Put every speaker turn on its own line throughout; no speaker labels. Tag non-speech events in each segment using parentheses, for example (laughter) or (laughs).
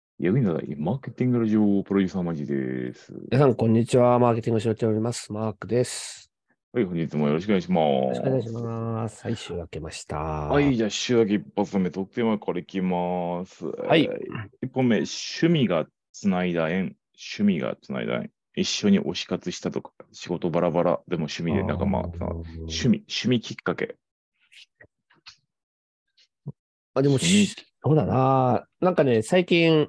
役に立たない。マーケティングラジオプロデューサーマジです。
皆さん、こんにちは。マーケティングをしっております。マークです。
はい、本日もよろしくお願いしま
よろ
す。
しくお願いします。はい、週明けました。
は、。
はい。
じゃあ、週明け一発目、特典はこれいきます。はい一本目、趣味がつないだ縁。趣味がつないだ縁。一緒に推し活したとか、仕事バラバラ、でも趣味で仲間。趣味、趣味きっかけ。
あ、でも、
趣味
しそうだな。なんかね、最近、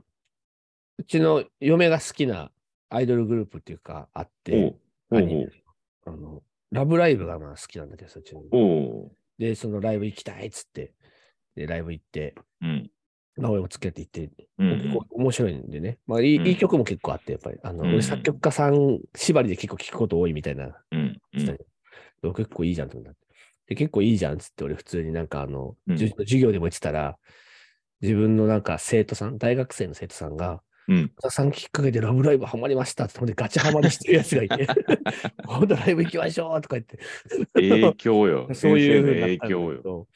うちの嫁が好きなアイドルグループっていうか、あっ
お
て
う、お
ア
う
ニメであの、ラブライブがまあ好きなんだけどさ、うちの
おうお
で、そのライブ行きたいっつって、で、ライブ行って、
ううん。
まあ、俺もつけて行って、
うん
結構面白いんでね。まあいい、
うん
いい曲も結構あって、やっぱり。あの、
うん
俺作曲家さん縛りで結構聴くこと多いみたいな。
うん。うん。
(laughs)
うん
結構いいじゃんって思ったで、結構いいじゃんっつって、俺普通になんかあの、
うん
じゅ授業でも言ってたら、自分のなんか生徒さん、大学生の生徒さんが、
うん
小田さんきっかけでラブライブハマりましたって、ほんでガチハマりしてるやつが
(laughs)
いて、今度ライブ行きましょうとか言って、。
影響よ
そうい
先
う
生
風に
の
なっ
影
たんだけど
響よ。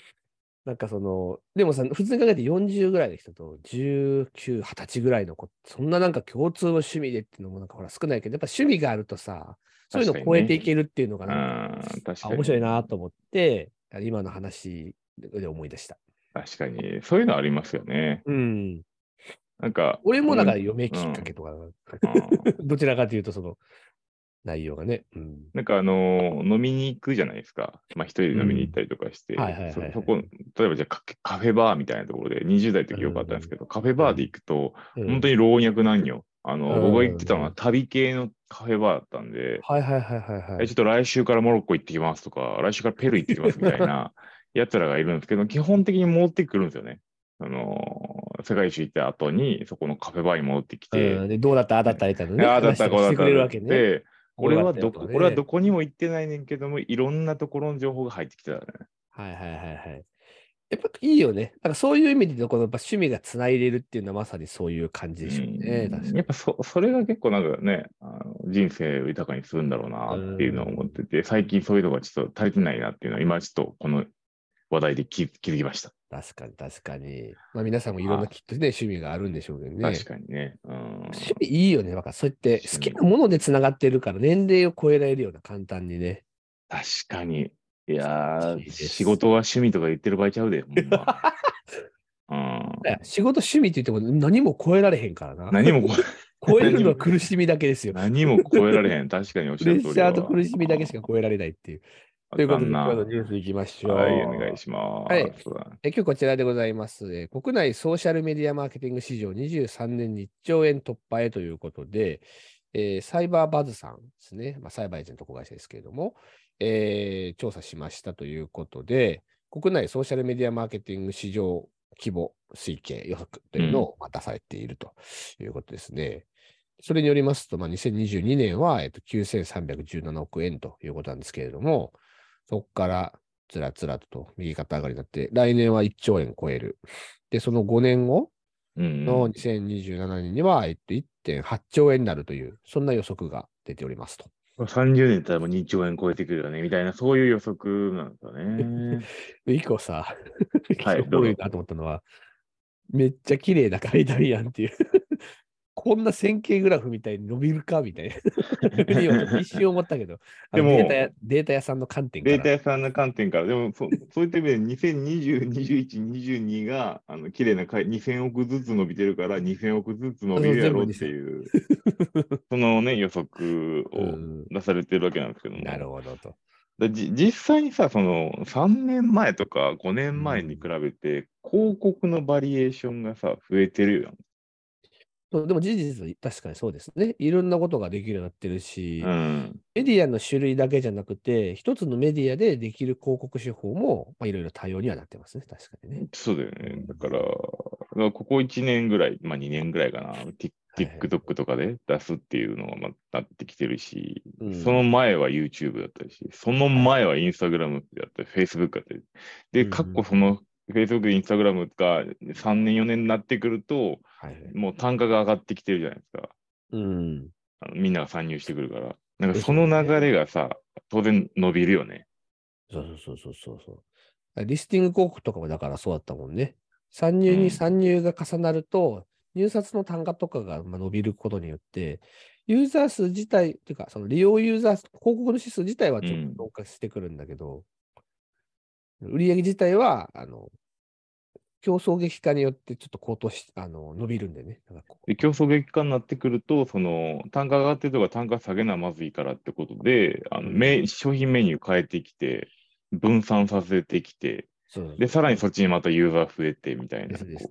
なんかその、でもさ、普通に考えて40ぐらいの人と、19、20歳ぐらいの子、そんななんか共通の趣味でっていうのもなんかほら少ないけど、やっぱ趣味があるとさ、そういうのを
確か
超
にね
えていけるっていうのがなんか
あー確
あ
かに。
面白いなと思って、今の話で思い出した。
確かに。そういうのありますよね。
うん。
なんか。
俺もだから
うん
嫁きっかけとか、 (laughs)
あー
どちらかというとその内容がね。うん。
なんかあのー飲みに行くじゃないですか。まあ一人で飲みに行ったりとかして、
うんはいはいはい
そ
はい
そこ、例えばじゃあカフェカフェバーみたいなところで、20代の時よかったんですけど、カフェバーで行くと、本当
に。
に老若男女。あの、
うん
僕が行ってたのは旅系のカフェバーだったんで、
はいはいはいはいは
え
い
ちょっ。と来週からモロッコ行ってきますとか、来週からペルー行ってきますみたい
(laughs)
なやつらがいるんですけど、基本的に戻ってくるんですよね。あのー世界一周行った後に、そこのカフェバーに戻ってきて、
うん、でどうだったああだったみたいなね。
ああだった
話と
こう
か
だ
し
ってた
くれるわけ
っ
ね。
て俺はどこ、
こうだったよとかね
俺はどこにも行ってないねんけども、いろんなところの情報が入ってきてたね。
はいはいはいはい。やっぱいいよね。なんかそういう意味でのこのやっぱ趣味がつないでるっていうのはまさにそういう感じでしょうね。
うん
確かに
やっぱそそれが結構なんかねあの、人生を豊かにするんだろうなっていうのを思ってて、最近そういうのがちょっと足りてないなっていうのは、今ちょっとこの話題で気気づきました。
確かに確かに。まあ皆さんもいろんなきっとね、趣味があるんでしょうけどね。
確かにね。うん
趣味いいよね。なんかそうやって
趣味
好きなものでつながってるから年齢を超えられるような簡単にね。
確かに。いや
いい
ー、
です
仕事は趣味とか言ってる場合ちゃうで、ほん
(laughs)
ま。うん
仕事趣味って言っても何も超えられへんからな。
何もこ
超えるのは苦しみだ
(laughs)
けですよ。
何も超えられへん。確かにおっし
プ
ゃ
レ
る
ッ
通り
シ
だ
ャ
わ
ーと苦しみだけしか超えられないっていう。
あ
というこ
か
とで、
んな
今日のニュースいきましょう。
はい、お願いします。
はいえ今日こちらでございます、えー国内ソーシャルメディアマーケティング市場23年に1兆円突破へということで、えーサイバーバズさんですね、まあ、サイバーエージェント子会社ですけれども、えー調査しましたということで、国内ソーシャルメディアマーケティング市場規模推計予測というのをまあ出されているということですね。それによりますと、まあ、2022年は、えっと、9317億円ということなんですけれども、そこからつらつらと右肩上がりになって、来年は1兆円超える。で、その5年後
うん
の2027年には、えっと、1.8兆円になるという、そんな予測が出ておりますと。
30年経ったらもう2兆円超えてくるよね、みたいな、そういう予測なんですよね。
で、一個さ、
はい
(laughs) おもろいなと思ったのは、めっちゃ綺麗な階段やんっていう。 (laughs) こんな線形グラフみたいに伸びるかみたいな。 (laughs) 今一瞬思ったけど、あの
でも
データやデータ屋さんの観点から。
データ屋さんの観点から、でもそ、そういった意味で、2020、21、22が、あの綺麗な回2000億ずつ伸びてるから、2000億ずつ伸びるやろっていう、そのね、予測
う
を
ん
出されてるわけなんですけども。
なるほどと。
だじ実際にさ、その3年前とか5年前に比べて、広告のバリエーションがさ、増えてるよね。
そうでも事実、確かにそうですね。いろんなことができるようになってるし、
うん。
メディアの種類だけじゃなくて、一つのメディアでできる広告手法も、まあ、いろいろ多様にはなってますね。確かにね。
そうだよね。だから、だからここ1年ぐらい、まあ2年ぐらいかな、テ
はい
ィ TikTok とかで出すっていうのがまあなってきてるし、
うん
その前は YouTube だったりし、その前は Instagram だったり、Facebook だったり。で、
うん
かっこその Facebook、Instagram が3年、4年になってくると、
はいはい。
もう単価が上がってきてるじゃないですか。
うん。
あのみんなが参入してくるから。なんか
です
そ
よ
の
ね
流れがさ、当然伸びるよね。
そうそうそうそうそうそう。リスティング広告とかもだからそうだったもんね。参入
うん
に参入が重なると、入札の単価とかがまあ伸びることによって、ユーザー数自体、っていうか、その利用ユーザー数、広告の指数自体はちょっと増加してくるんだけど、売上自体は、あの、競争激化によってちょっと高騰し、あの、伸びるんでね。だからこう
で競争激化になってくると、その単価が上がってるとか単価下げなまずいからってことで、あのメ商品メニュー変えてきて、分散させてきて、
そう
で、さらにそっちにまたユーザー増えてみたいな。
ですです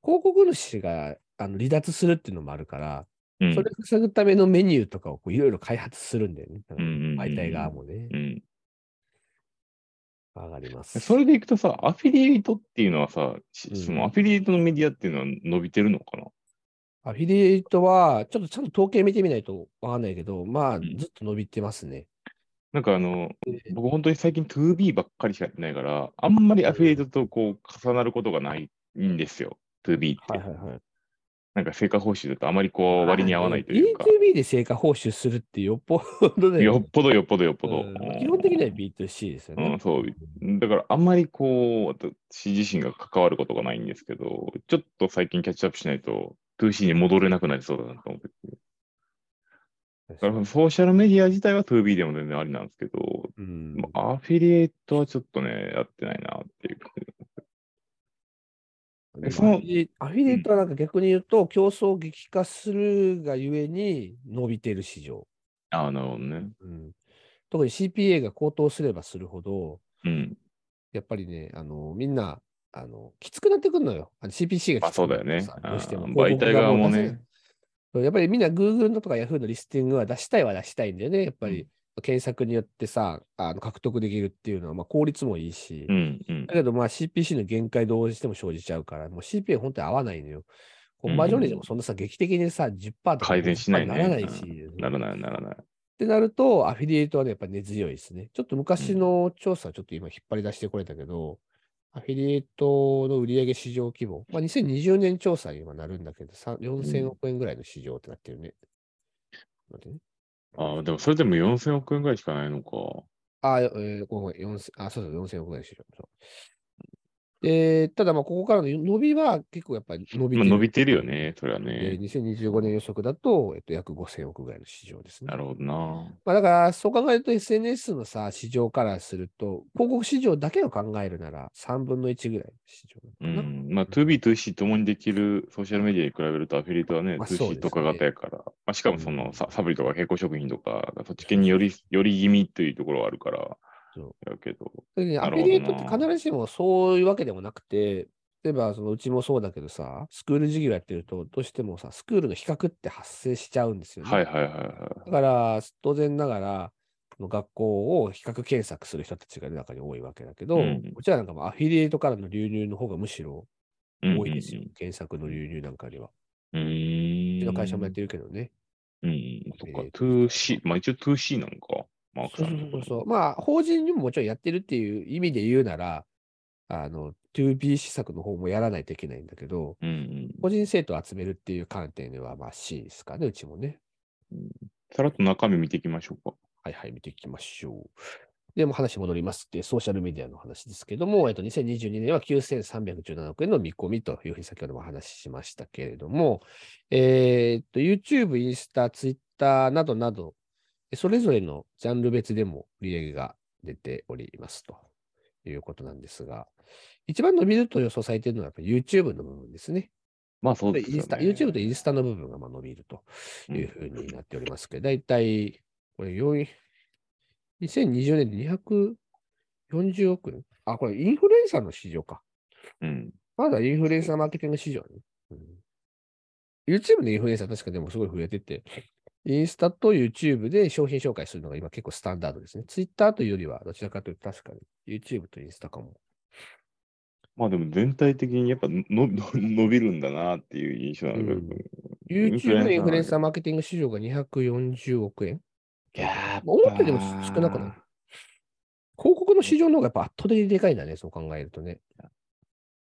こ
広告主があの離脱するっていうのもあるから、
ううん
それを塞ぐためのメニューとかをこういろいろ開発するんだよね。だか
う
ら
んうんうん
媒体側もね
う。ん
上がります。
それでいくとさ、アフィリエイトっていうのはさ、し
うん
そのアフィリエイトのメディアっていうのは伸びてるのかな、
アフィリエイトは、ちょっとちゃんと統計見てみないとわかんないけど、まあ、
ん
ずっと伸びてますね。
なんかあの、僕本当に最近 2B ばっかりしかやってないから、あんまりアフィリエイトとこう重なることがないんですよ、2B って。
はいはい。
なんか成果報酬だとあまりこう割に合わないというか、
B2B で成果報酬するってよっぽどだよ
よ
ね
っぽどよっぽどよっぽど。
うん基本的には B2C ですよ
う
ね
ん、。そう。だからあんまりこう、私自身が関わることがないんですけど、ちょっと最近キャッチアップしないと、2C に戻れなくなりそうだなと思って。だからソーシャルメディア自体は 2B でも全然ありなんですけど、
うん
まあアフィリエイトはちょっとね、やってないなっていう。
でも
その
アフィリアフィリエイトはなんか逆に言うと、競争激化するがゆえに伸びてる市場。
ああ、なるほどね。
うん特に CPA が高騰すればするほど、
うん。
やっぱりね、あのみんなあのきつくなってくるのよ。あの CPC がきつく
ま
なるとさ
あそうだよね
どうしても
あー
広告がう
媒体側もね
出せないそうやっぱりみんな Google とか Yahoo のリスティングは出したいは出したいんだよね。やっぱり検索によってさ、あの獲得できるっていうのは、まあ、効率もいいし。
うん、うん
だ。けど、まあ CPC の限界どうしても生じちゃうから、もう CPA 本当に合わないのよ。コンバージョン率もそんなさ、劇的にさ、10%とか
改善しないね
ならないし。
ならない、ならない。
ってなると、アフィリエイトはね、やっぱ根強いですね。ちょっと昔の調査、ちょっと今引っ張り出してこれたけど、アフィリエイトの売上市場規模、まあ、2020年調査に今なるんだけど、さん4000億円ぐらいの市場ってなってるね。待ってね
ああ、でもそれでも4000億円ぐらいしかないのか。
あ、えー、ごめん、4000あ、そうそう、4000億円の市場。そうでただ、まあ、ここからの伸びは結構やっぱり伸び
まあ
てる。
伸びてるよね、それは
えー
ね。
2025年予測だと、えっと、約5000億ぐらいの市場ですね。
なるほどな。
まあ、だから、そう考えると SNS のさ、市場からすると、広告市場だけを考えるなら、3分の1ぐらいの市場
う
なのかな。
ん。まあ、2B、2C ともにできるソーシャルメディアに比べるとアフィリエイトはね、
まあそうです
2C
ね
とか型やから。まあ、しかもそ
うん
のササブリとか健康食品とか、そっち系により、より気味というところはあるから
そ、
やるけど。
でね
な
ア
る
フ
ほどな
ィリエイトって必ずしもそういうわけでもなくて、例えば、そのうちもそうだけどさ、スクール事業やってると、どうしてもさ、スクールの比較って発生しちゃうんですよね。
はいはいはいはい。
だから、当然ながら、その学校を比較検索する人たちが世の中に多いわけだけど、
うん
こちらなんかもアフィリエイトからの流入の方がむしろ
うん
多いですよ。検索の流入なんかよりは。
う。
うんちの会社もやっ
って
るけどね。
うん。そっか
えー、
2C。まあ一応 2C なのか。まあ、
そうそうそうそう。まあ、法人にももちろんやってるっていう意味で言うなら、あの、2B 施策の方もやらないといけないんだけど、
うんうん。
個人生徒を集めるっていう観点では、まあ C ですかね、うちもね。
さらっと中身見ていきましょうか。
はいはい、見ていきましょう。で、もう話戻りますって、ソーシャルメディアの話ですけども、えっと、2022年は9317億円の見込みというふうに先ほどもお話ししましたけれども、えーっと、YouTube、インスタ、Twitter などなど、それぞれのジャンル別でも売り上げが出ておりますということなんですが、一番伸びると予想されているのはやっぱり YouTube の部分ですね。
まあそうです
イン
よ
スタ、
ね。
YouTube とインスタの部分がまあ伸びるというふうになっておりますけど、だいたい、これ4、2020年で240億円。あ、これインフルエンサーの市場か。
うん。
まだインフルエンサーマーケティング市場ね。うん、YouTube のインフルエンサー確かでもすごい増えてて、インスタと YouTube で商品紹介するのが今結構スタンダードですね。Twitter というよりは、どちらかというと確かに YouTube とインスタかも。
まあでも全体的にやっぱのの (laughs) 伸びるんだなっていう印象なので、
うん
インフルエンサー
YouTube のインフルエンサーマーケティング市場が240億円。
いや
まあ思ったよりも少なくない広告の市場の方がやっぱ圧倒的にでかいんだね、そう考えるとね。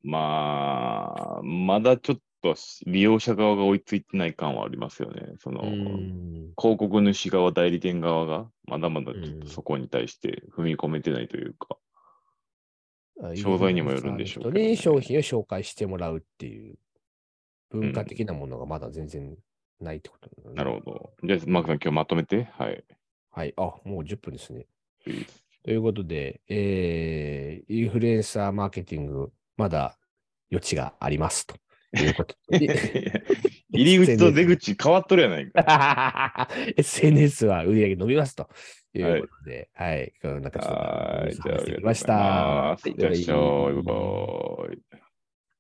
まあ、まだちょっと利用者側が追いついてない感はありますよね。その、
うん
広告主側、代理店側が、まだまだちょっ
うん
とそこに対して踏み込めてないというか。商材にもよるんでしょうけどね
インフルエンサーの人に商品を紹介してもらうっていう文化的なものがまだ全然ないってことだね
なるほど。じゃあ、マークさん、今日まとめて。
(laughs)
はい。
はい。あ、もう10分ですね
いいで。
ということで、えー、インフルエンサーマーケティング、まだ余地がありますということ
(laughs) 入り口と出口変わっとるやないか。
(laughs) SNS は売り上げ伸びますということで、はい。こんな形で
はい。
話してきました。
ありがとうございますいってらっしゃい。
はい
バイバイ。